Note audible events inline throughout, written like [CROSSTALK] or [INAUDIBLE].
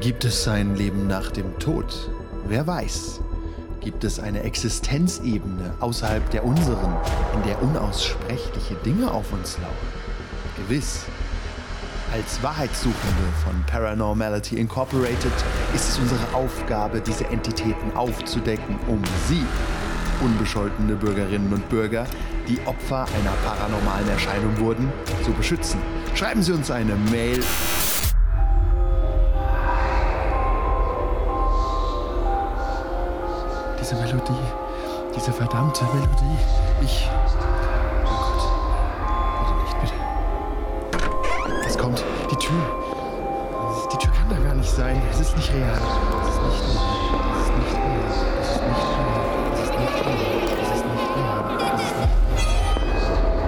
Gibt es ein Leben nach dem Tod? Wer weiß? Gibt es eine Existenzebene außerhalb der unseren, in der unaussprechliche Dinge auf uns lauern? Gewiss. Als Wahrheitssuchende von Paranormality Incorporated ist es unsere Aufgabe, diese Entitäten aufzudecken, um sie, unbescholtene Bürgerinnen und Bürger, die Opfer einer paranormalen Erscheinung wurden, zu beschützen. Schreiben Sie uns eine Mail Diese Melodie, diese verdammte Melodie. Ich. Oh Gott. Bitte nicht, bitte. Es kommt. Die Tür. Die Tür kann da gar nicht sein. Es ist nicht real. Es ist nicht real. Es ist nicht real. Es ist nicht real. Es ist nicht real. Es ist nicht real. Es ist nicht real.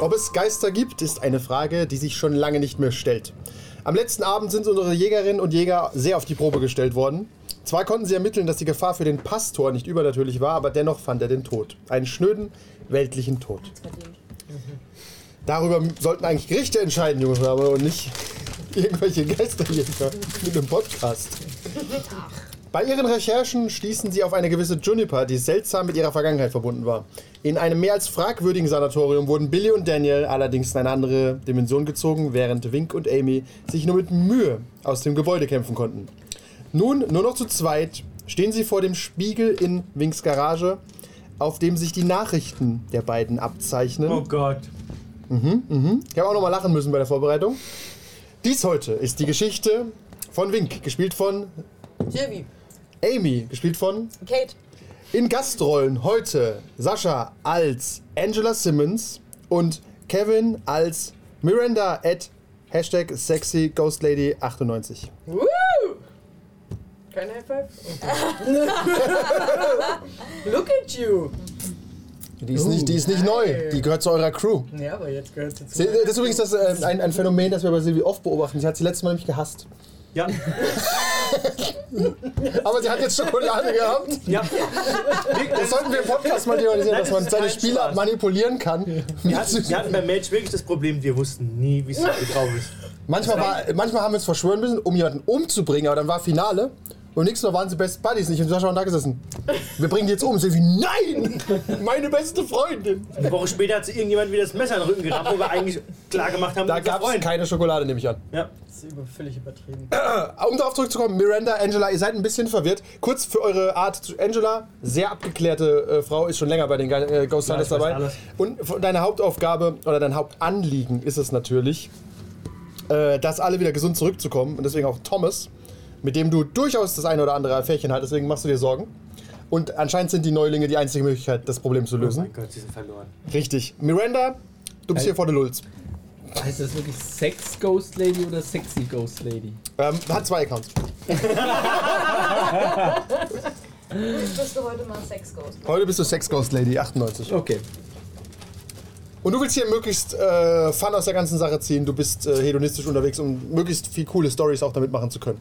Ob es Geister gibt, ist eine Frage, die sich schon lange nicht mehr stellt. Am letzten Abend sind unsere Jägerinnen und Jäger sehr auf die Probe gestellt worden. Zwar konnten sie ermitteln, dass die Gefahr für den Pastor nicht übernatürlich war, aber dennoch fand er den Tod. Einen schnöden, weltlichen Tod. Darüber sollten eigentlich Gerichte entscheiden, Jungs, aber und nicht irgendwelche Geisterjäger mit einem Podcast. Bei ihren Recherchen stießen sie auf eine gewisse Juniper, die seltsam mit ihrer Vergangenheit verbunden war. In einem mehr als fragwürdigen Sanatorium wurden Billy und Daniel allerdings in eine andere Dimension gezogen, während Wink und Amy sich nur mit Mühe aus dem Gebäude kämpfen konnten. Nun, nur noch zu zweit, stehen sie vor dem Spiegel in Winks Garage, auf dem sich die Nachrichten der beiden abzeichnen. Oh Gott. Ich habe auch nochmal lachen müssen bei der Vorbereitung. Dies heute ist die Geschichte von Wink, gespielt von Jimmy. Amy, gespielt von Kate. In Gastrollen heute Sascha als Angela Simmons und Kevin als Miranda at Hashtag SexyGhostLady98. Woo! Kein High Five? [LAUGHS] Look at you! Die ist, nicht, die ist nicht neu, die gehört zu eurer Crew. Ja, aber jetzt gehört sie Das ist übrigens das, äh, ein, ein Phänomen, das wir bei Silvi oft beobachten. Sie hat sie letztes Mal nämlich gehasst. Ja, Aber sie hat jetzt Schokolade gehabt. ja. Das sollten wir im Podcast mal thematisieren, dass man seine Spieler manipulieren kann. Wir hatten, wir hatten beim Match wirklich das Problem, wir wussten nie, wie es drauf ist. Manchmal, war, manchmal haben wir uns verschwören müssen, um jemanden umzubringen, aber dann war Finale. Und nächstes Mal waren sie Best Buddies nicht. Und Sascha und da gesessen. Wir bringen die jetzt um. Sie wie, nein! Meine beste Freundin! Eine Woche später hat sich irgendjemand wieder das Messer in den Rücken gerammt, wo wir eigentlich klar gemacht haben, Da unser gab es Freund. keine Schokolade, nehme ich an. Ja. Das ist über- völlig übertrieben. Um darauf zurückzukommen, Miranda, Angela, ihr seid ein bisschen verwirrt. Kurz für eure Art zu Angela, sehr abgeklärte äh, Frau, ist schon länger bei den Ge- äh, Ghost Ja, Hunters ich weiß dabei. alles. Und von- deine Hauptaufgabe oder dein Hauptanliegen ist es natürlich, äh, dass alle wieder gesund zurückzukommen. Und deswegen auch Thomas, mit dem du durchaus das eine oder andere Affärchen hattest, deswegen machst du dir Sorgen. Und anscheinend sind die Neulinge die einzige Möglichkeit, das Problem zu Oh lösen. mein Gott, sie sind verloren. Richtig. Miranda, du bist hier vor der Lulz. Heißt das wirklich Sex Ghost Lady oder Sexy Ghost Lady? Ähm, hat zwei [LAUGHS] Accounts. Bist du heute mal Sex Ghost? Heute bist du Sex Ghost Lady 98. Okay. Und du willst hier möglichst äh, Fun aus der ganzen Sache ziehen. Du bist äh, hedonistisch unterwegs, um möglichst viel coole Stories auch damit machen zu können.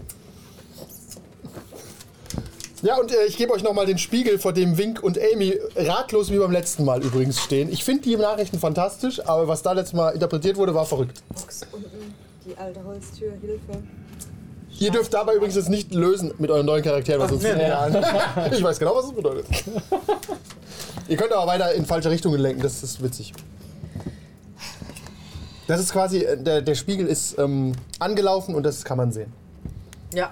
Ja, und äh, ich gebe euch nochmal den Spiegel, vor dem Wink und Amy ratlos wie beim letzten Mal übrigens stehen. Ich finde die Nachrichten fantastisch, aber was da letztes Mal interpretiert wurde, war verrückt. Box unten, die alte Holztür, Hilfe. Ihr dürft dabei übrigens jetzt nicht lösen mit euren neuen Charakteren, was uns nee, [LAUGHS] Ich weiß genau, was es bedeutet. Ihr könnt aber weiter in falsche Richtungen lenken, das ist witzig. Das ist quasi, äh, der, der Spiegel ist ähm, angelaufen und das kann man sehen. Ja.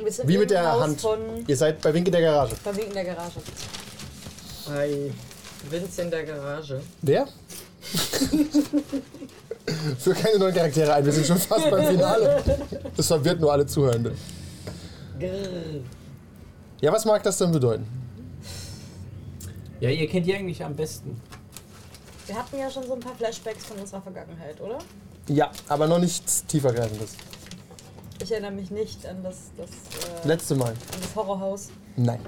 Wir sind Wie im mit der Haus Hand. Von Ihr seid bei Winke der Garage. von Wink in der Garage. Hi. Vince in der Garage. [LAUGHS] Wer? Für keine neuen Charaktere ein, wir sind schon fast beim Finale. Das verwirrt nur alle Zuhörenden. Grrr. Ja, was mag das denn bedeuten? Ja, ihr kennt die eigentlich am besten. Wir hatten ja schon so ein paar Flashbacks von unserer Vergangenheit, oder? Ja, aber noch nichts tiefergreifendes. Ich erinnere mich nicht an das, das, äh, Letzte Mal. an das Horrorhaus. Nein.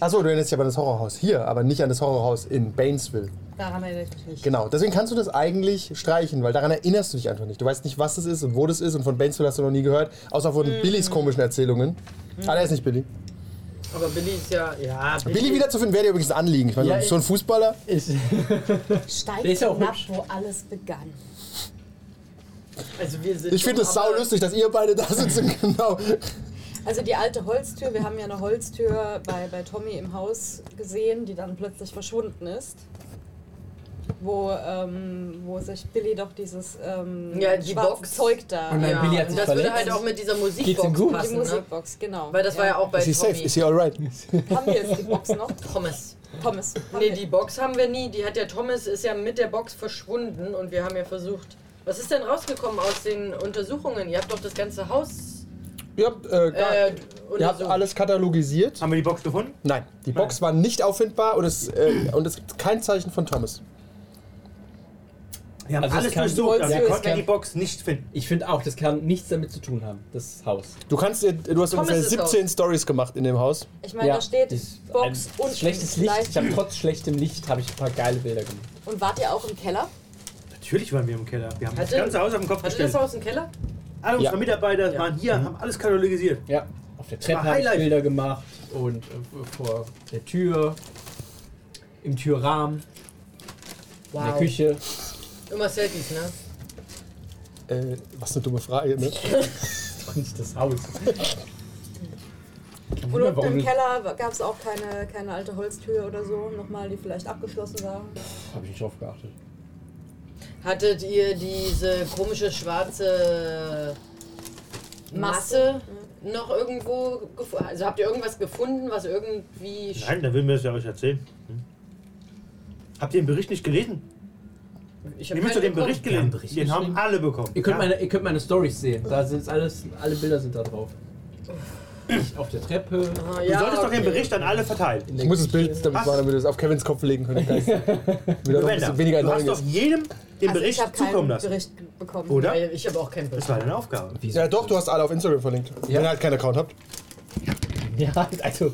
Achso, du erinnerst dich aber an das Horrorhaus hier, aber nicht an das Horrorhaus in Bainesville. Daran erinnere ich mich nicht. Genau, deswegen kannst du das eigentlich streichen, weil daran erinnerst du dich einfach nicht. Du weißt nicht, was das ist und wo das ist und von Bainesville hast du noch nie gehört, außer von Mhm. Billys komischen Erzählungen. Ah, der ist nicht Billy. Aber Billy ist ja. Ja, Billy wiederzufinden wäre dir übrigens ein Anliegen. Ich meine, Ja, so- so ein Fußballer. Ist Steigt Der ist ja auch hinab, hübsch. wo alles begann. Also wir sind Ich finde es sau aber- lustig, dass ihr beide da [LAUGHS] sitzen, genau. Also die alte Holztür, wir haben ja eine Holztür bei, bei Tommy im Haus gesehen, die dann plötzlich verschwunden ist. Wo, ähm, wo sich Billy doch dieses ähm, Ja, die schwarze Box. Zeug da. Und dann Ja, Billy hat und sich das würde verletzt. halt auch mit dieser Geht's ihm Musikbox gut? die passen, ne? Musikbox, genau. Weil das war ja auch bei Ist sie Tommy. safe? Ist sie alright? Haben wir jetzt die Box noch? Pommes. Pommes. Haben Nee, wir. die Box haben wir nie. Die hat ja Thomas ist ja mit der Box verschwunden und wir haben ja versucht. Was ist denn rausgekommen aus den Untersuchungen? Ihr habt doch das ganze Haus Ihr habt, äh, gar- äh, ihr habt untersucht. alles katalogisiert. Haben wir die Box gefunden? Nein, die Box war nicht auffindbar und es, äh, und es gibt kein Zeichen von Thomas. Wir haben Also es alles kann- durchsucht, aber Ja, wir es konnten kann- die Box nicht finden. Ich finde auch, das kann nichts damit zu tun haben, das Haus. Du kannst, dir- du hast Thomas ungefähr ist 17 Stories gemacht in dem Haus. Ich meine, da steht ist Box ein und schlechtes Licht. Ich Leisten. habe trotz schlechtem Licht habe ich ein paar geile Bilder gemacht. Und wart ihr auch im Keller? Natürlich waren wir im Keller. Wir haben das Hatte- ganze Haus auf den Kopf Hatte das gestellt. Haus einen Keller? Alle unsere Ja. Mhm. Mitarbeiter waren hier, haben alles katalogisiert. Ja, auf der war Treppe habe ich Highlight. Bilder gemacht und äh, vor der Tür, im Türrahmen, in der Küche. Immer Selfies, ne? Äh, was eine dumme Frage, ne? Doch nicht das [LAUGHS] Haus. Und Wunder, unten warum im habe Keller gab es auch keine, keine alte Holztür oder so nochmal, die vielleicht abgeschlossen war. ich nicht drauf geachtet. Hattet ihr diese komische schwarze Masse noch irgendwo gefunden? Also habt ihr irgendwas gefunden, was irgendwie. sch- Nein, dann will mir das ja euch erzählen. Hm. Habt ihr den Bericht nicht gelesen? Ich Ihr hab müsst doch keinen den Bericht Wir gelesen. haben Bericht Den haben geschrieben. alle bekommen. Ihr könnt, Ja. meine, ihr könnt meine Stories sehen. Da sind alles, alle Bilder sind da drauf. Ich auf der Treppe. Ah, Du ja, solltest doch den okay. Bericht an alle verteilen. Ich muss das Bild damit Was? machen, damit wir das auf Kevins Kopf legen [LAUGHS] können. Geist. Wieder noch ein Brenda, bisschen weniger du neu hast doch ist. jedem den Also ich Bericht habe zukommen keinen lassen. Bericht bekommen. Oder? Weil Ich habe auch keinen Bericht. Das war deine Aufgabe. Wieso? Ja, doch, du hast alle auf Instagram verlinkt. Wenn ihr halt keinen Account habt. [LAUGHS] Ja, also.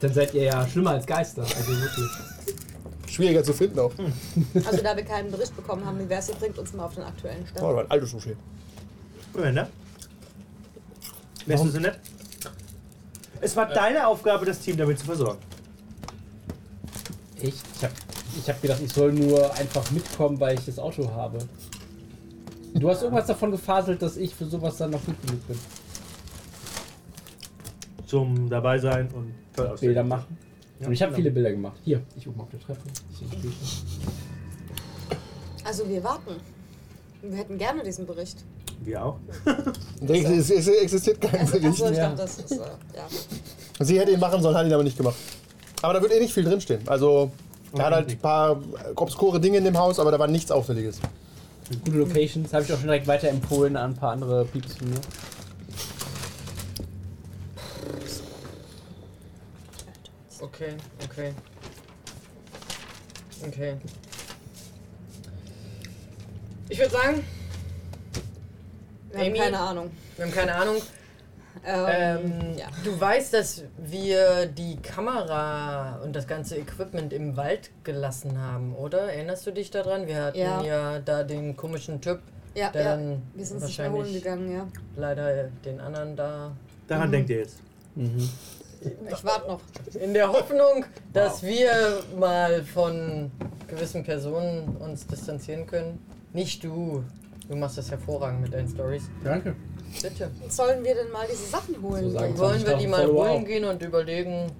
Dann seid ihr ja schlimmer als Geister. Also wirklich. Schwieriger zu finden auch. Hm. Also da wir keinen Bericht bekommen haben, Universal bringt uns mal auf den aktuellen Stand. Oh, ein altes Sushi. Brenda? Wärst du so nett? Es war deine Aufgabe, das Team damit zu versorgen. Echt? Ich hab, ich hab gedacht, ich soll nur einfach mitkommen, weil ich das Auto habe. Du hast irgendwas davon gefaselt, dass ich für sowas dann noch gut genug bin. Zum dabei sein und toll aussehen. Bilder machen. Ja, Und ich habe genau. viele Bilder gemacht. Hier, ich oben auf der Treppe. Ich in der Küche. Also wir warten. Wir hätten gerne diesen Bericht. Wir auch. Es, es existiert kein Also, Bericht. achso, ich ja. dachte, das ist, äh, ja. Sie hätte ihn machen sollen, hat ihn aber nicht gemacht. Aber da wird eh nicht viel drinstehen. Also, er hat halt ein paar obskure Dinge in dem Haus, aber da war nichts Auffälliges. Gute Locations. Habe ich auch schon direkt weiterempfohlen an ein paar andere Peeps von mir. Okay, okay. Okay. Ich würde sagen, Wir haben Amy? keine Ahnung. wir haben keine Ahnung. Ähm, Ähm, ja. Du weißt, dass wir die Kamera und das ganze Equipment im Wald gelassen haben, oder? Erinnerst du dich daran? Wir hatten Ja. ja, da den komischen Typ, Ja, der ja. dann Wir sind nicht mehr holen wahrscheinlich gegangen, ja. leider den anderen da. Daran Mhm. denkt ihr jetzt. Ich warte noch. In der Hoffnung, dass wir mal von gewissen Personen uns distanzieren können. Nicht du. Du machst das hervorragend mit deinen Stories. Danke. Bitte. Sollen wir denn mal diese Sachen holen? So sagen gehen? Wollen wir die mal Follower holen auch. gehen und überlegen,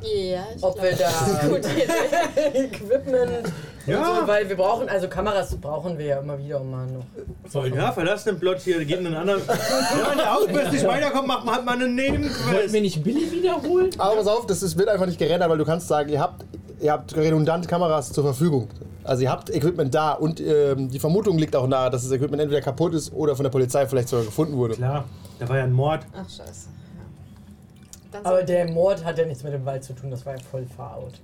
ja, ich ob wir [LAUGHS] glaub, da Gute [LAUGHS] Idee. Equipment. Ja. Ah. Und so, weil wir brauchen, also Kameras brauchen wir ja immer wieder mal noch. Ja, verlasst den Plot hier, geht in [LAUGHS] einen anderen. Wenn man der Hauptquest nicht weiterkommt, macht man halt mal eine Wollten wir Nebenquest. nicht Billy wiederholen? Aber pass auf, das ist, wird einfach nicht gerendert, weil du kannst sagen, ihr habt, ihr habt redundant Kameras zur Verfügung. Also ihr habt Equipment da und ähm, die Vermutung liegt auch nahe, dass das Equipment entweder kaputt ist oder von der Polizei vielleicht sogar gefunden wurde. Klar, da war ja ein Mord. Ach, scheiße. Ja. Dann Aber Aber der Mord hat ja nichts mit dem Wald zu tun, das war ja voll far out.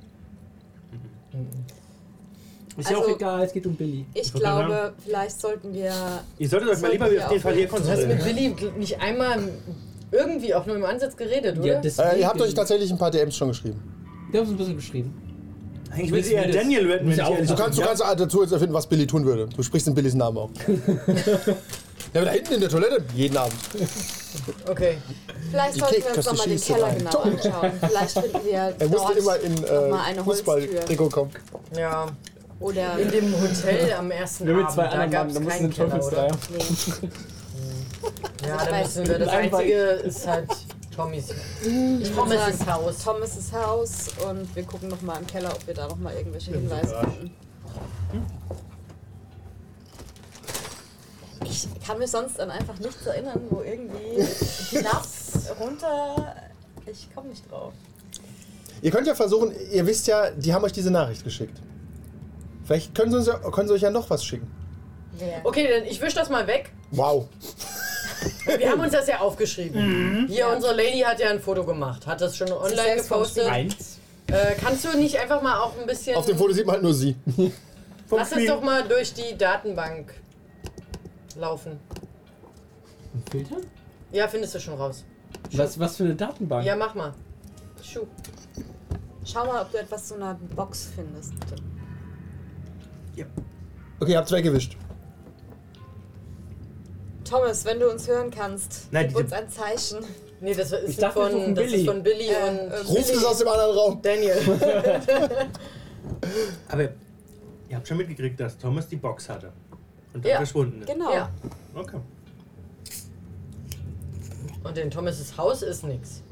Ist ja Also- auch egal, es geht um Billy. ich wollte gerade glaube, vielleicht sollten wir Ihr solltet euch mal lieber auf den Fall hier Du hast mit konzentrieren. Billy nicht einmal irgendwie auch nur im Ansatz geredet, oder? Äh, ihr habt euch tatsächlich ein paar DMs schon geschrieben. Wir haben es ein bisschen beschrieben. Eigentlich will sie eher Daniel retten, wenn ich Muss ja ehrlich auch- Du kannst, du kannst dazu jetzt erfinden, was Billy tun würde. Du sprichst in Billys Namen [LAUGHS] auch. ja, aber da hinten in der Toilette, jeden Abend. okay. Vielleicht Die sollten wir uns Kekkasse nochmal den schießt Keller rein. genau anschauen. Vielleicht finden wir Er musste dort immer in noch mal äh, eine Holztür. Fußball-Trikot kommen. Ja. Oder In dem Hotel am ersten Wir haben mit Abend, zwei Ah, da anderen gab Mann, es da mussten keinen den Keller, oder? Teufelsdreier. nee. Ja, Ich da weiß müssen nicht. wir. Das Einfach- Einzige ist halt Tommys. Ich Thomas würde ist Haus. Tom ist das Haus und wir gucken nochmal im Keller, ob wir da nochmal irgendwelche Hinweise finden. Ich kann mich sonst an einfach nichts erinnern, [LAUGHS] wo irgendwie hinab, runter. Ich komme nicht drauf. Ihr könnt ja versuchen, ihr wisst ja, die haben euch diese Nachricht geschickt. Vielleicht können sie, uns ja, können sie euch ja noch was schicken. Wer? Okay, dann ich wisch das mal weg. Wow. Wir haben uns das ja aufgeschrieben. Hier, unsere Lady hat ja ein Foto gemacht. Hat das schon online Mhm. selbst vom gepostet. Eins. Äh, kannst du nicht einfach mal auch ein bisschen. Auf dem Foto sieht man halt nur [LAUGHS] sie. Vom lass es Spiel. doch mal durch die Datenbank laufen. Ein Filter? Ja, findest du schon raus. Was, was für eine Datenbank? Ja, mach mal. Schuh. Schau mal, ob du etwas zu einer Box findest. Okay, ihr habt zwei gewischt. Thomas, wenn du uns hören kannst, Nein, gib die- uns ein Zeichen. Nee, das ist, dachte, wir von, suchen das ist Billy. von Billy Äh, und ähm, Ruft es aus dem anderen Raum. Daniel. Aber ihr habt schon mitgekriegt, dass Thomas die Box hatte. Und dann Ja, verschwunden ist. Genau. Ja. Okay. Und in Thomas' Haus ist nichts.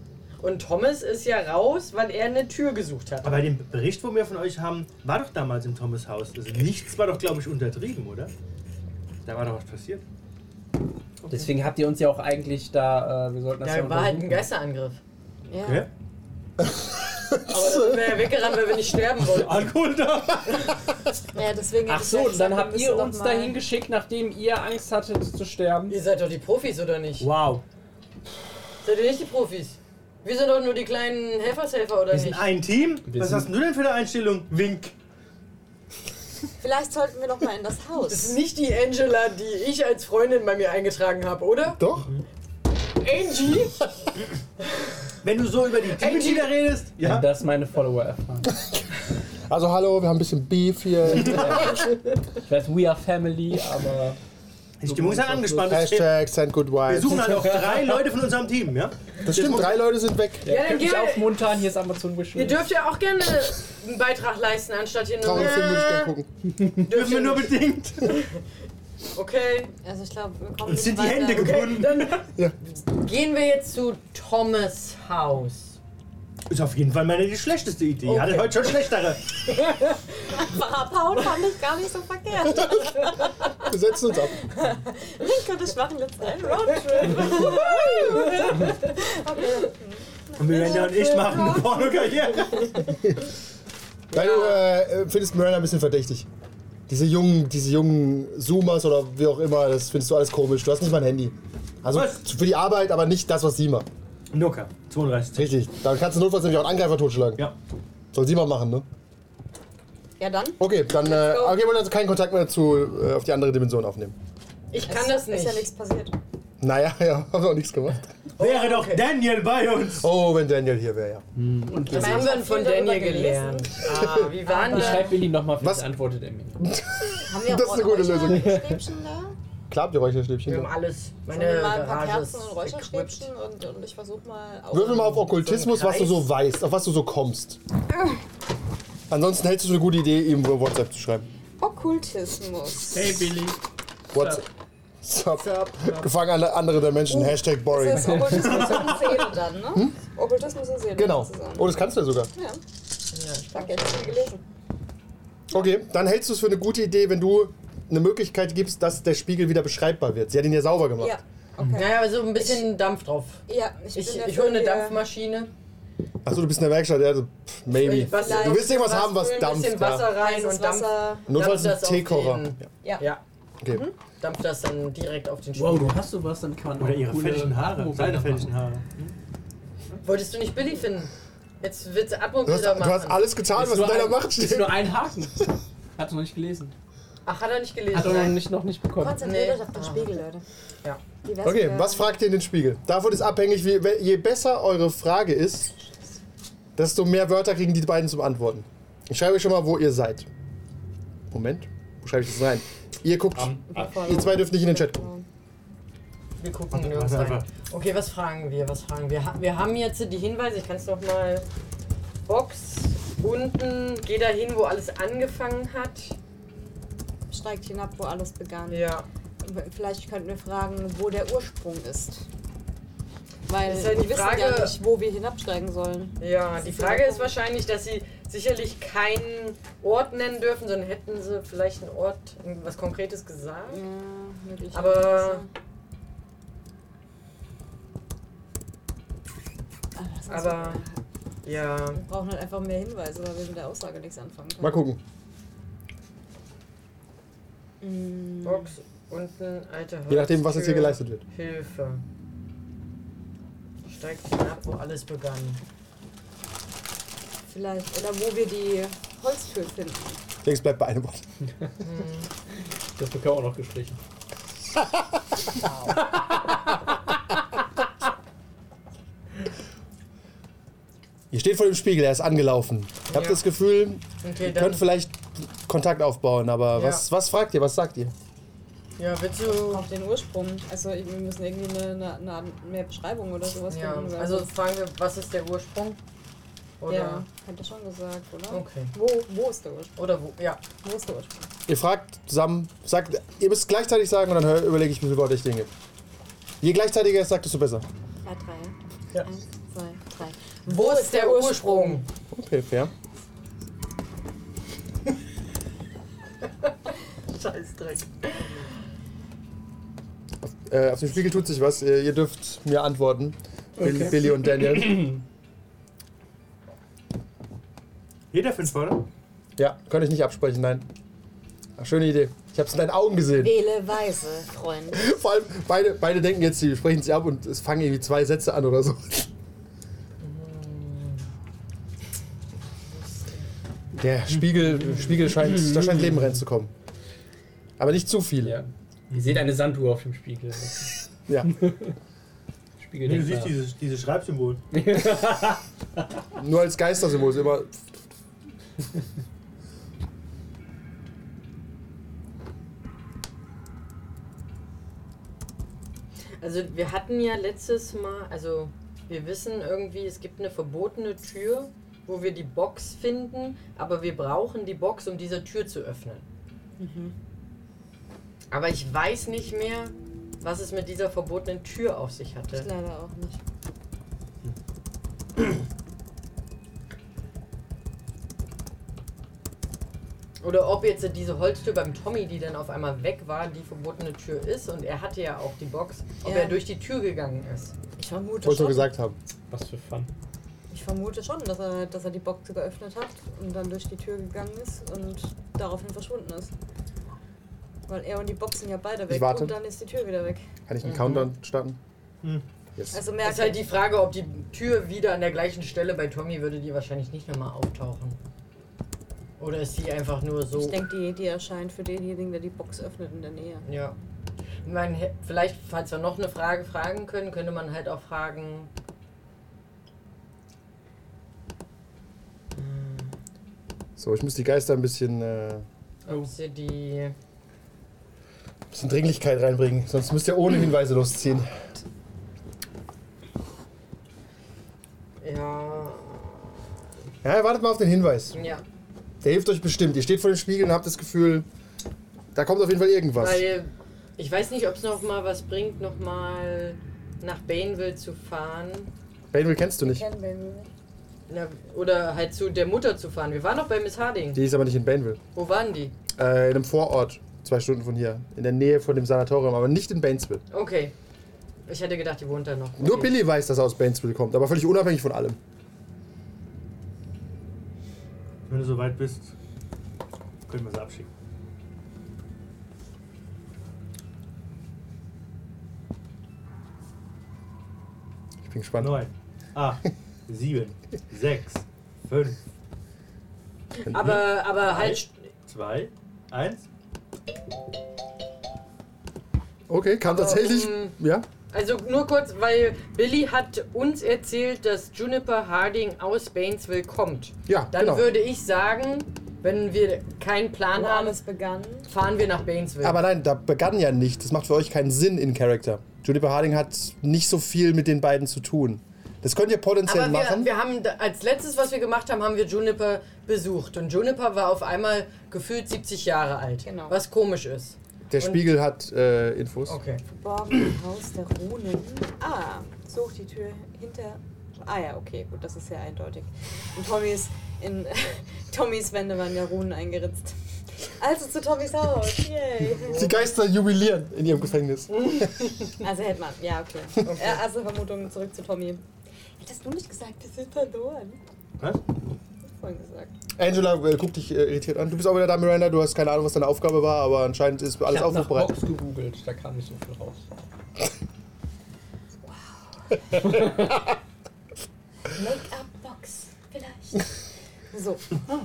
Und Thomas ist ja raus, weil er eine Tür gesucht hat. Aber bei dem Bericht, wo wir von euch haben, war doch damals im Thomas Haus. Also nichts war doch, glaube ich, untertrieben, oder? Da war doch was passiert. Deswegen habt ihr uns ja auch eigentlich da, äh, wir sollten das ja, Da war halt ein untersuchen. Geisterangriff. Ja. Okay. Aber da sind wir ja weggerannt, weil wir nicht sterben [LAUGHS] wollten. Alkohol da. Ja, deswegen hätte Ach ich so, ja und gesagt, dann wir habt müssen ihr noch uns mal- dahin geschickt, nachdem ihr Angst hattet zu sterben. Ihr seid doch die Profis, oder nicht? Wow. Seid ihr nicht die Profis? Wir sind doch nur die kleinen Helfershelfer, oder Wir sind nicht? ein Team. Wir was sind- hast denn du denn für eine Einstellung? Wink. Vielleicht sollten wir noch mal in das Haus. Das ist nicht die Angela, die ich als Freundin bei mir eingetragen habe, oder? Doch? Angie? Wenn du so über die Teammitglieder redest. Wenn Ja. das meine Follower erfahren. Also hallo, wir haben ein bisschen Beef [LAUGHS] hier. Ich weiß, we are family, aber Die Stimmung ist halt angespannt. Wir Hashtag send good suchen vibes. halt auch drei Leute von unserem Team, ja? Das stimmt, drei Leute sind weg. ja, dann könnt geh mich mal- aufmuntern, hier ist Amazon Ihr geschrieben. dürft ja auch gerne einen Beitrag leisten, anstatt hier nur... Traurigen Film würde ich gerne gucken. Dürfen wir nur bedingt. Okay, Also ich glaube, wir kommen Uns sind die nicht Hände weiter. gebunden. gehen wir jetzt zu Thomas Haus. Ist auf jeden Fall meine die schlechteste Idee. Ich hatte Okay. heute schon schlechtere. Pfarrer Paul fand ich gar nicht so verkehrt. [LAUGHS] Wir setzen uns ab. Ich könnte ich machen, jetzt einen Roadtrip. Und Miranda und ich machen Oh, eine Pornokarriere. Weil du äh, findest Miranda ein bisschen verdächtig. Diese jungen, diese jungen Zoomers oder wie auch immer, das findest du alles komisch. Du hast nicht mal ein Handy. Also Was? für die Arbeit, aber nicht das, was sie macht. Nuka, 32. Richtig. Dann kannst du notfalls nämlich auch einen Angreifer totschlagen. Ja. Soll sie mal machen, ne? Ja dann. Okay, dann äh, go. okay, wollen also keinen Kontakt mehr zu äh, auf die andere Dimension aufnehmen. Ich kann das Ist ja nicht. nichts passiert. Naja, [LAUGHS] ja, haben wir auch nichts gemacht. Oh, Wäre doch Daniel bei uns. Oh, wenn Daniel hier wäre, ja. Das haben Ich wir hab von viel darüber Daniel gelernt. Ah, wie waren Ich das? schreibe Billy nochmal, Was? vielleicht antwortet er mir. Haben wir Das ist eine auch gute Räucher- Lösung. Stäbchen da? Sollen Klar habt ihr Räucherstäbchen. Wir haben Ja. alles. Meine wir mal ein paar Garage ist Kerzen und equipped. Räucherstäbchen und, und ich versuche mal auch. Würfel mal auf Okkultismus, was du so weißt, auf was du so kommst. Ansonsten hältst du es eine gute Idee, ihm WhatsApp zu schreiben. Okkultismus. Hey Billy. WhatsApp. Stop. Gefangen an andere der Menschen. Hashtag boring. Oh. Das ist Okkultismus und Seele dann, ne? Okkultismus und Seele. Hm? Genau. sozusagen. Oh, das kannst du ja sogar. Ja. Danke, ich habe gelesen. Okay, dann hältst du es für eine gute Idee, wenn du eine Möglichkeit gibst, dass der Spiegel wieder beschreibbar wird. Sie hat ihn ja sauber gemacht. Ja. Okay. Naja, so ein bisschen Dampf drauf. Ja, Mhm. Ich, ich, bin ich dafür, hole eine wir- Dampfmaschine. Achso, du bist in der Werkstatt. Ja, also, pff, maybe. Ich was- Du willst irgendwas haben, was Ein bisschen dampft. Ja. Wasser rein Heißes und Dampf. Wasser. Notfalls dampft ein das auf Teekocher. den- Mhm. Ja. Ja. Ja, Okay. dampf das dann direkt auf den Wow, Spiegel. du hast sowas, dann kann man Oder auch ihre coole fälligen Haare. Abo- Seine fälligen Haare. Wolltest du nicht Billy finden? Jetzt wird's Du, hast, Atmobilder machen. du hast alles getan, Ist was in nur deiner ein- Macht Ist steht. nur ein Haken. Hat noch nicht gelesen. Ach, hat er nicht gelesen. Hat er noch nicht, noch nicht bekommen. Konzentriert Nee. Ah. euch auf den Spiegel, Leute. Ja. Die Wespe- Okay, was fragt ihr in den Spiegel? Davon ist abhängig, wie, we- je besser eure Frage ist, desto mehr Wörter kriegen die beiden zum Antworten. Ich schreibe euch schon mal, wo ihr seid. Moment, wo schreibe ich das rein? Ihr guckt, ihr zwei dürft nicht in den Chat gucken. Wir gucken nirgends warte, rein. warte. Okay, was fragen wir? Was fragen wir? Ha- Wir haben jetzt die Hinweise. Ich kann es nochmal. Box. unten, geh dahin, wo alles angefangen hat. Steigt hinab, wo alles begann. Ja. Vielleicht könnten wir fragen, wo der Ursprung ist. Weil Ist halt die wir wissen ja Frage- nicht, wo wir hinabsteigen sollen. Ja, Das die ist Frage ja- ist wahrscheinlich, dass sie sicherlich keinen Ort nennen dürfen, sondern hätten sie vielleicht einen Ort, irgendwas Konkretes gesagt. Ja, möglicherweise. Aber- Aber Ah, das ist Aber so- ja, wir brauchen halt einfach mehr Hinweise, weil wir mit der Aussage nichts anfangen können. Mal gucken. Mm, Box unten, alte Je nachdem, was jetzt hier Holztür, geleistet wird. Hilfe. Steigt hinab, wo alles begann. Vielleicht. Oder wo wir die Holztür finden. Denkst, bleibt bei einem Wort. Das bekam auch noch gestrichen. Ihr steht vor dem Spiegel, er ist angelaufen. Ihr habt Ja. das Gefühl, Okay, ihr könnt dann. vielleicht Kontakt aufbauen, aber Ja. was, was fragt ihr, was sagt ihr? Ja, willst du. Auf den Ursprung. Also wir müssen irgendwie eine, eine, eine mehr Beschreibung oder sowas Ja, finden. weil also sonst- fragen wir, was ist der Ursprung? Oder. ja, hat er schon gesagt, oder? Okay. Wo, wo ist der Ursprung? Oder wo? Ja. Wo ist der Ursprung? Ihr fragt zusammen, sagt, ihr müsst gleichzeitig sagen und dann hör- überlege ich, wie viele Worte ich denen gebe. Je gleichzeitiger es sagt, desto besser. Ja, drei. Ja. Eins, zwei, drei. Wo ist der Ursprung? Okay, fair. Scheiß Dreck. Äh, auf dem Spiegel tut sich was, ihr, ihr dürft mir antworten. Bill- Billy und [CLEARS THROAT] Daniel. Jeder fünf, oder? Ja, könnt ich nicht absprechen, nein. Ach, schöne Idee. Ich hab's in deinen Augen gesehen. Wähle weise, Freund. Vor allem, beide, beide denken jetzt, sie sprechen sich ab und es fangen irgendwie zwei Sätze an oder so. Der Spiegel, Spiegel scheint, da scheint Leben reinzukommen. Aber nicht zu viel. Ja. Ihr seht eine Sanduhr auf dem Spiegel. Das Ja. [LAUGHS] Spiegel Nee, du denkt siehst nach. dieses, dieses Schreibsymbol. Nur als Geistersymbol ist immer. Also wir hatten ja letztes Mal, also wir wissen irgendwie, es gibt eine verbotene Tür, wo wir die Box finden, aber wir brauchen die Box, um diese Tür zu öffnen. Aber ich weiß nicht mehr, was es mit dieser verbotenen Tür auf sich hatte. Leider auch nicht. Oder ob jetzt diese Holztür beim Tommy, die dann auf einmal weg war, die verbotene Tür ist und er hatte ja auch die Box, ob Ja. er durch die Tür gegangen ist. Ich vermute Wollte ich schon. nur gesagt haben. Was für Fun. Ich vermute schon, dass er, dass er die Box geöffnet hat und dann durch die Tür gegangen ist und daraufhin verschwunden ist. Weil er und die Box sind ja beide weg warte. und dann ist die Tür wieder weg. Kann ich einen Mhm. Countdown starten? Mhm. Yes. Also Es merkt ist halt die Frage, ob die Tür wieder an der gleichen Stelle bei Tommy würde die wahrscheinlich nicht nochmal auftauchen. Oder ist sie einfach nur so. Ich denke, die, die erscheint für denjenigen, der die Box öffnet in der Nähe. ja. Ich meine, hä- vielleicht, falls wir noch eine Frage fragen können, könnte man halt auch fragen. So, ich muss die Geister ein bisschen, äh, ein Ob sie die. bisschen Dringlichkeit reinbringen. Sonst müsst ihr ohne Hinweise losziehen. Ja. Ja, wartet mal auf den Hinweis. Ja. Der hilft euch bestimmt. Ihr steht vor dem Spiegel und habt das Gefühl, da kommt auf jeden Fall irgendwas. Weil ich weiß nicht, ob es nochmal was bringt, nochmal nach Bainville zu fahren. Bainville kennst du nicht. Kennen wir nicht. Na, Oder halt zu der Mutter zu fahren. Wir waren noch bei Miss Harding. Die ist aber nicht in Bainville. Wo waren die? Äh, in einem Vorort, zwei Stunden von hier. In der Nähe von dem Sanatorium, aber nicht in Bainesville. Okay. Ich hätte gedacht, die wohnt da noch. Nur Okay. Billy weiß, dass er aus Bainesville kommt, aber völlig unabhängig von allem. Wenn du so weit bist, können wir sie abschicken. Ich bin gespannt. Neun, acht, sieben, sechs, fünf, Aber, aber halt. zwei, eins. Okay, kam tatsächlich. Ähm, Ja? Also nur kurz, weil Billy hat uns erzählt, dass Juniper Harding aus Bainesville kommt. Ja, Dann genau. würde ich sagen, wenn wir keinen Plan Wo haben, alles begann. fahren wir nach Bainesville. Aber nein, da begann ja nicht. Das macht für euch keinen Sinn in Character. Juniper Harding hat nicht so viel mit den beiden zu tun. Das könnt ihr potenziell Aber wir, machen. wir haben da- als letztes, was wir gemacht haben, haben wir Juniper besucht. Und Juniper war auf einmal gefühlt 70 Jahre alt. Genau. Was komisch ist. Der Spiegel hat äh, Infos. Okay. Verborgene [CLEARS THROAT] Haus der Runen. Ah, such die Tür hinter. Ah ja, okay, gut, das ist sehr eindeutig. In Tommys, in [LAUGHS] Tommys Wände waren ja Runen eingeritzt. Also zu Tommys Haus, yay. Die Geister jubilieren in ihrem Gefängnis. Mhm. Also hätte man, ja, okay. Äh, Erste Vermutung zurück zu Tommy. Hättest du nicht gesagt, wir sind verloren? Was? Vorhin gesagt. Angela äh, guckt dich äh, irritiert an. Du bist auch wieder da, Miranda. Du hast keine Ahnung, was deine Aufgabe war, aber anscheinend ist Ich alles hab nach aufbereitet. Box gegoogelt, da kam nicht so viel raus. Make-up-Box, vielleicht. [LAUGHS] So, Ah,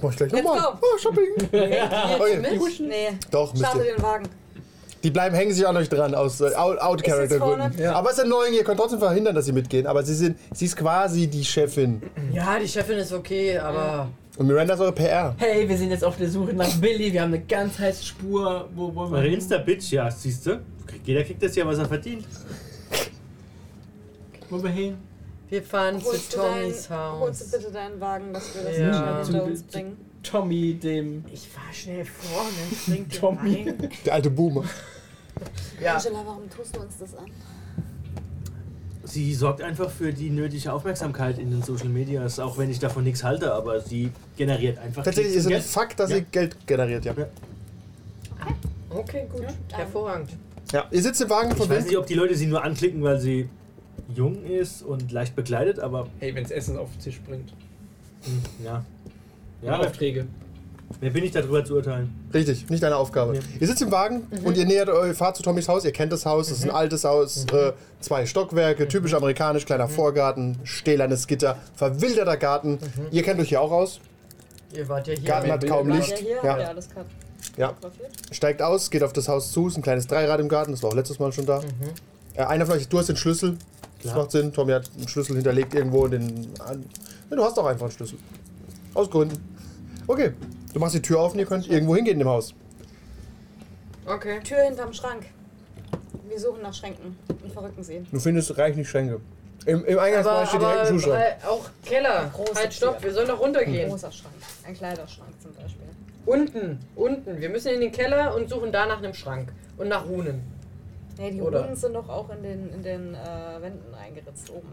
mach ich gleich Let's nochmal. go. Ah, Shopping. Ah, okay. nee, Doch, müsst starte ihr. den Wagen. Die bleiben, hängen sich an euch dran aus äh, Out- Out-Character-Gründen. vorne? Ja. Aber es ist annoying, ihr könnt trotzdem verhindern, dass sie mitgehen. Aber sie, sind, sie ist quasi die Chefin. Ja, die Chefin ist okay, aber. Und Miranda ist eure PR. Hey, wir sind jetzt auf der Suche nach Billy. Wir haben eine ganz heiße Spur. Wo wollen wir Meine hin? Insta-Bitch, ja, siehst du? Jeder kriegt das ja, was er verdient. Wo wir hin? Wir fahren Holst zu du, dein, Tommys holst du Haus. bitte deinen Wagen, dass wir das Ja. ja. schnell hinter Zu- uns zu- bringen? Tommy, dem. Ich fahr schnell vor, ne? Bringt Tommy. [LAUGHS] Tommy. Der alte Boomer. Ja. Angela, warum tust du uns das an? Sie sorgt einfach für die nötige Aufmerksamkeit in den Social Medias, auch wenn ich davon nichts halte, aber sie generiert einfach. Tatsächlich Klicks ist und es ein Fakt, dass Ja. ihr Geld generiert, ja. Ja. Okay, gut. Hervorragend. ja. Ihr sitzt im Wagen von Ich weiß wem? nicht, ob die Leute sie nur anklicken, weil sie jung ist und leicht bekleidet, aber Hey, wenn's Essen auf den Tisch bringt. hm, ja. Ja, Ja, Aufträge. wer bin ich darüber zu urteilen? Richtig, nicht deine Aufgabe. Ja. Ihr sitzt im Wagen Mhm. und ihr nähert euch, fahrt zu Tommys Haus. Ihr kennt das Haus, es ist ein altes Haus, äh, zwei Stockwerke, typisch amerikanisch, kleiner Mhm. Vorgarten, stählernes Gitter, verwilderter Garten. Mhm. Ihr kennt euch hier auch aus. Ihr wart ja hier. Garten hat kaum War Licht. der hier? Ja. Haben wir alles kartografiert? Ja. Steigt aus, geht auf das Haus zu, ist ein kleines Dreirad im Garten, das war auch letztes Mal schon da. Äh, einer von euch, du hast den Schlüssel. Das Klar. macht Sinn. Tommy hat einen Schlüssel hinterlegt irgendwo in den. An ja, du hast doch einfach einen Schlüssel. Aus Gründen. Okay. Du machst die Tür auf und ihr könnt irgendwo hingehen in dem Haus. Okay. Tür hinterm Schrank. Wir suchen nach Schränken und verrücken sie. Du findest reichlich Schränke. Im, im Aber, Eingangsbereich steht direkt ein aber Schuhschrank. äh, auch Keller. Große Halt, stopp, Tür. wir sollen noch runtergehen. Großer Schrank. Ein Kleiderschrank zum Beispiel. Unten, unten. Wir müssen in den Keller und suchen da nach einem Schrank. Und nach Runen. Nee, die Oder- Runen sind doch auch in den, in den äh, Wänden eingeritzt oben.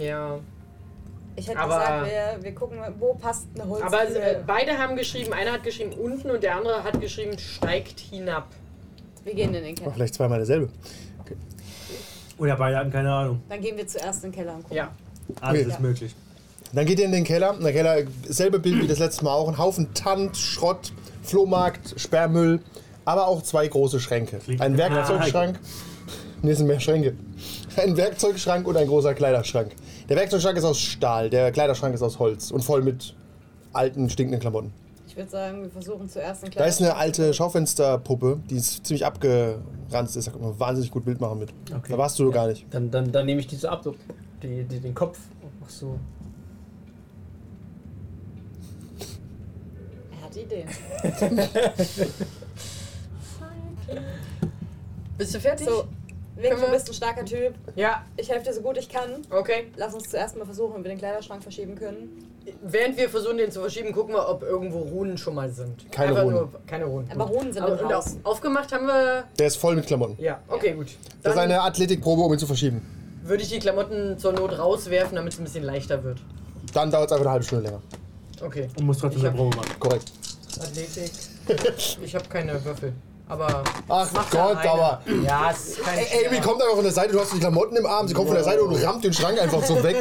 Ja. Ich hätte Aber- gesagt, wir, wir gucken, wo passt eine Holztür. Aber äh, beide haben geschrieben, einer hat geschrieben unten und der andere hat geschrieben, steigt hinab. wir gehen in den Ach, Keller. vielleicht zweimal derselbe. Oder beide haben keine Ahnung. Dann gehen wir zuerst in den Keller und gucken. Ja. Alles Okay. ist möglich. Dann geht ihr in den Keller. In der Keller, selbe Bild wie das letzte Mal auch. Ein Haufen Tant, Schrott, Flohmarkt, Sperrmüll. Aber auch zwei große Schränke. Klingt Ein nach Werkzeugschrank. Ne, es sind mehr Schränke. Ein Werkzeugschrank und ein großer Kleiderschrank. Der Werkzeugschrank ist aus Stahl, der Kleiderschrank ist aus Holz und voll mit alten, stinkenden Klamotten. Ich würde sagen, wir versuchen zuerst den Da ist eine Kleiderschrank. alte Schaufensterpuppe, die ist ziemlich abgeranzt ist. Da kann man wahnsinnig gut Bild machen mit. Okay. Da warst du gar nicht. Dann, dann, dann nehme ich diese ab, so, die, die, den Kopf und mach so. Er hat Ideen. Bist du fertig? So, Vic, wir- du bist ein starker Typ. Ja, Ich helfe dir so gut ich kann. okay. Lass uns zuerst mal versuchen, ob wir den Kleiderschrank verschieben können. Während wir versuchen, den zu verschieben, gucken wir, ob irgendwo Runen schon mal sind. Keine Einfach Runen. Nur, keine Runen. Aber Runen Äh, sind Aber- im und Haus. auf, aufgemacht haben wir. Der ist voll mit Klamotten. Ja, okay, gut. Das ist Dann eine Athletikprobe, um ihn zu verschieben. würde ich die Klamotten zur Not rauswerfen, damit es ein bisschen leichter wird. Dann dauert es einfach eine halbe Stunde länger. Okay. Und muss trotzdem Ich eine hab- Probe machen. Korrekt. Athletik. ich habe keine Würfel. Aber. Ach Mach da Gott, eine. aber. Ja, es ist kein. Ey, Amy kommt einfach von der Seite, du hast die Klamotten im Arm, sie kommt von der Seite und rammt den Schrank einfach so weg.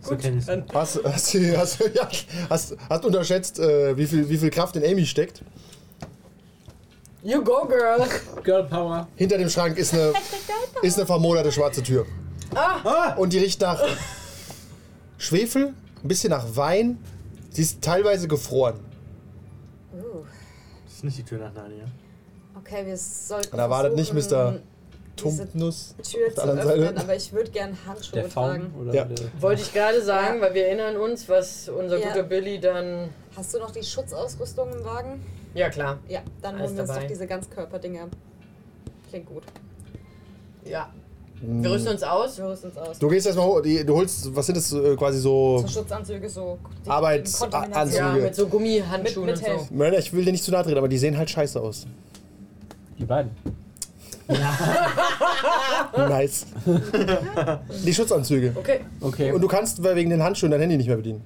So kenn ich's. Hast, hast, sie- hast, ja, hast, hast unterschätzt, äh, wie, viel, wie viel Kraft in Amy steckt. You go, girl! Girl Power. Hinter dem Schrank ist eine, ist eine vermoderte schwarze Tür. Und die riecht nach Schwefel, ein bisschen nach Wein. Sie ist teilweise gefroren. Uh, Das ist nicht die Tür nach Narnia. okay, wir sollten. Und erwartet nicht versuchen, diese Tumpnuss. Tür der zu anderen Seite. öffnen, aber ich würde gern Handschuhe Der Faun tragen. oder Ja. der. Wollte ich gerade sagen, weil wir erinnern uns, was unser Ja. guter Billy dann. Hast du noch die Schutzausrüstung im Wagen? Ja, klar. Ja, dann Alles holen wir uns dabei. doch diese Ganzkörperdinger. Klingt gut. Ja. Hm. Wir rüsten uns aus. Wir rüsten uns aus. Du gehst erstmal hoch, die- du holst, was sind das äh, quasi so. so Schutzanzüge, so die- Arbeits- Kontamination. Ja, Anzüge. mit so Gummihandschuhen Mit- und mit so. Helm. Mörder, ich will dir nicht zu nahe treten, aber die sehen halt scheiße aus. Die beiden. Nice. die Schutzanzüge. Okay, Okay. Und du kannst wegen den Handschuhen dein Handy nicht mehr bedienen.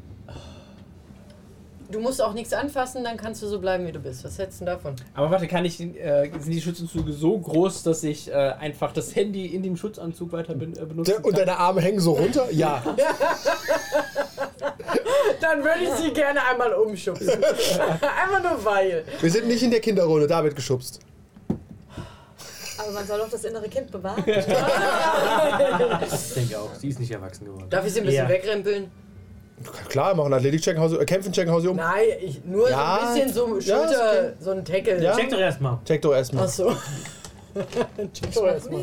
du musst auch nichts anfassen, dann kannst du so bleiben, wie du bist. Was hältst du denn davon? Aber warte, kann ich, den, äh, sind die Schutzanzüge so groß, dass ich äh, einfach das Handy in dem Schutzanzug weiter ben, äh, benutzen Der- Und deine Arme hängen so runter? Ja. Dann würde ich sie gerne einmal [LAUGHS] umschubsen. Einfach nur weil. Wir sind nicht in der Kinderrolle, da wird geschubst. also- Aber man soll doch das innere Kind [LAUGHS] bewahren. Ich denke auch, sie ist nicht erwachsen geworden. Darf ich sie ein Ja. bisschen wegrempeln? Klar, machen Athletik-Check, hau sie- äh, kämpfen, checken, hau sie um. Nein, ich, nur Ja, so ein bisschen so ja, Schulter, das so ein Tackle. Ja. Check doch erstmal. Check doch erstmal. Achso. Check doch erstmal.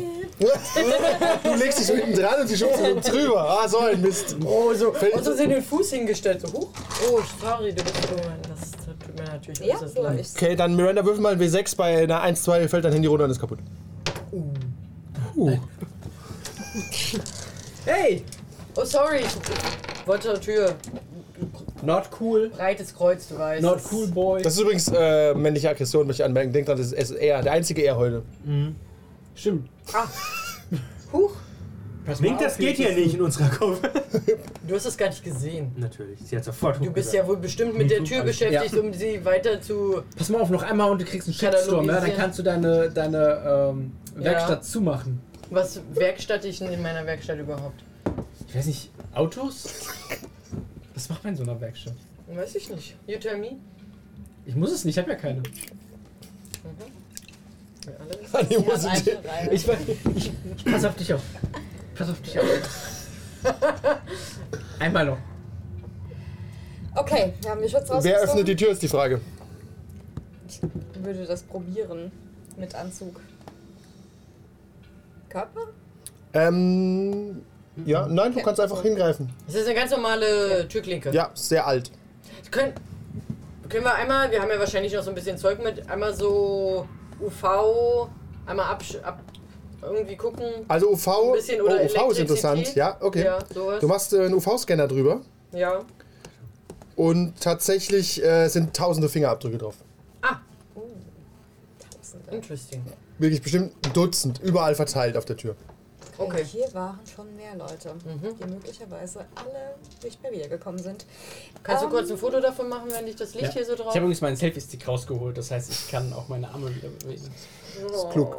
Du legst dich so hinten dran und sie schubst so [LAUGHS] drüber. Ah, so ein Mist. Oh, so. Fällt- Und so sind den Fuß hingestellt, so hoch. Oh, sorry, du bist. So, das tut mir natürlich ja, äußerst so leid. ich. Okay, dann Miranda würfel mal ein W6 bei einer 1, 2 fällt dein Handy runter und ist kaputt. Hey! Oh, sorry. Ich wollte zur Tür. Not cool. Breites Kreuz, du weißt. Not cool, boy. Das ist übrigens äh, männliche Aggression, möchte ich anmerken. Denk dran, das ist es ist er, der einzige er heute. [LAUGHS] Stimmt. Huch, Pass mal Wink, das auf, geht hier hier nicht in unserer Kurve. du hast es gar nicht gesehen. [LAUGHS] Natürlich, sie hat sofort Du bist ja wohl bestimmt mit der Tür beschäftigt, um sie weiter zu. Pass mal auf, noch einmal und du kriegst einen Shitstorm, ja? Dann Katalogisieren. kannst du deine, deine ähm, Werkstatt zumachen. Was Werkstatt ich denn in meiner Werkstatt überhaupt? Ich weiß nicht, Autos? Was macht man in so einer Werkstatt? Weiß ich nicht. You tell me. Ich muss es nicht, ich habe ja keine. Ja, alles. Die [LAUGHS] Ja, muss ich- rein. Ich, ich, ich pass auf dich auf. Pass auf dich auf. [LAUGHS] Einmal noch. Okay, wir haben die Schutzausrüstung. Wer öffnet die Tür, ist die Frage. Ich würde das probieren mit Anzug. Körper? Ähm. Ja, nein, du kannst einfach hingreifen. Es ist eine ganz normale Türklinke. Ja, sehr alt. Können, können wir einmal, wir haben ja wahrscheinlich noch so ein bisschen Zeug mit, einmal so UV, einmal ab, ab irgendwie gucken. Also UV, Ein bisschen oh, oder UV ist Elektrizität. interessant. Ja, okay. Ja, sowas. Du machst äh, einen UV-Scanner drüber ja. und tatsächlich äh, sind tausende Fingerabdrücke drauf. Ah, Tausende. interesting. Wirklich bestimmt ein Dutzend, überall verteilt auf der Tür. Okay. Mhm. Hier waren schon mehr Leute, die möglicherweise alle nicht mehr wiedergekommen sind. Kannst Ähm, du kurz ein Foto davon machen, wenn ich das Licht hier so Ich drauf habe übrigens meinen Selfie-Stick rausgeholt, das heißt, ich kann auch meine Arme wieder bewegen. Ist klug.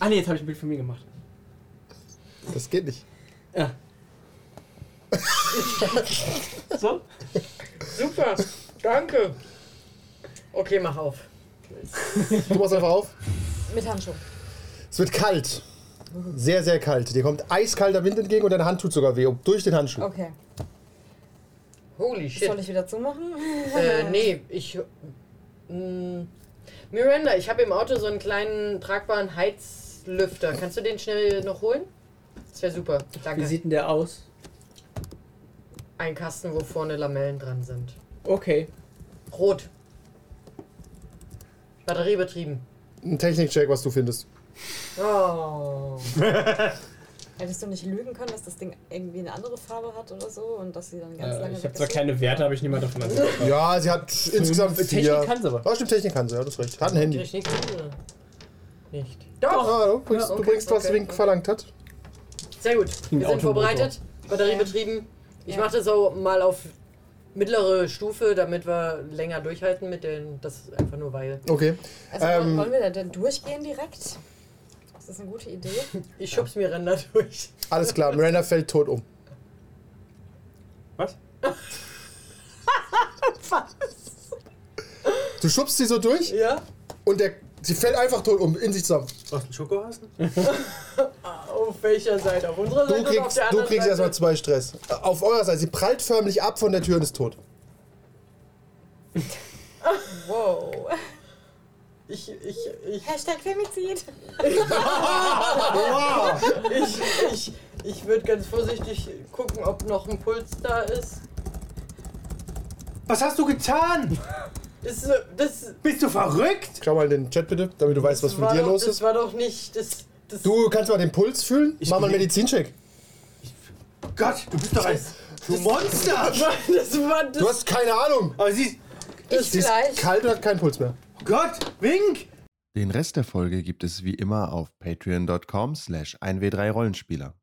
Ah ne, jetzt habe ich ein Bild von mir gemacht. Das geht nicht. Ja. [LAUGHS] so? Super, danke. Okay, mach auf. Du machst einfach auf. Mit Handschuhen. Es wird kalt. Sehr, sehr kalt. Dir kommt eiskalter Wind entgegen und deine Hand tut sogar weh. ob- Durch den Handschuh. Okay. Holy shit. Soll ich wieder zumachen? [LAUGHS] Äh, nee, ich. Mm, Miranda, ich habe im Auto so einen kleinen tragbaren Heizlüfter. Kannst du den schnell noch holen? Das wäre super. Wie Danke. sieht denn der aus? Ein Kasten, wo vorne Lamellen dran sind. Okay. Rot. Batterie betrieben. Ein Technikcheck, was du findest. Oh. Hättest du nicht lügen können, dass das Ding irgendwie eine andere Farbe hat oder so und dass sie dann ganz Äh, lange ich habe weg zwar ist? keine Werte, aber ich nehme mal davon [LAUGHS] an. Ja, sie hat insgesamt vier. Technik kann sie aber. Oh, stimmt, Technik kann sie, ja, das ist recht. Hat ein Handy. Krieg ich nichts hin, oder? Nicht. Ah, du bringst, Ja, du okay, bringst was okay, Wink okay. verlangt hat. Sehr gut. Wir sind Automotor. vorbereitet. Batterie Ja. betrieben. Ich Ja. mache das auch mal auf mittlere Stufe, damit wir länger durchhalten mit den. Das ist einfach nur weil. Okay. Also Ähm, wollen wir da denn durchgehen direkt? Ist das eine [LAUGHS] gute Idee? Ich schub's mir Ränder durch. Alles klar, Miranda fällt tot um. Was? Du schubst sie so durch Ja? und der, sie fällt einfach tot um, in sich zusammen. Brauchst du einen Schokohasen? Auf welcher Seite? Auf unserer Du Seite oder auf kriegst, der du anderen kriegst Seite? erstmal zwei Stress. Auf eurer Seite, sie prallt förmlich ab von der Tür und ist tot. Wow. Ich, ich, ich, Hashtag Femizid. Wow! ich, ich, ich würde ganz vorsichtig gucken, ob noch ein Puls da ist. Was hast du getan? Das, das Bist du verrückt? Schau mal in den Chat bitte, damit du weißt, was war mit dir doch, los Das ist. [LAUGHS] war doch nicht, das Das Du kannst mal den Puls fühlen. Ich Mach mal einen bin- Medizincheck. Gott, du bist doch ein. Du Monster! Das war das. Du hast keine Ahnung. Aber sie. Ich Sie ist gleich. kalt und hat keinen Puls mehr. Gott, wink! Den Rest der Folge gibt es wie immer auf patreon.com slash 1w3rollenspieler.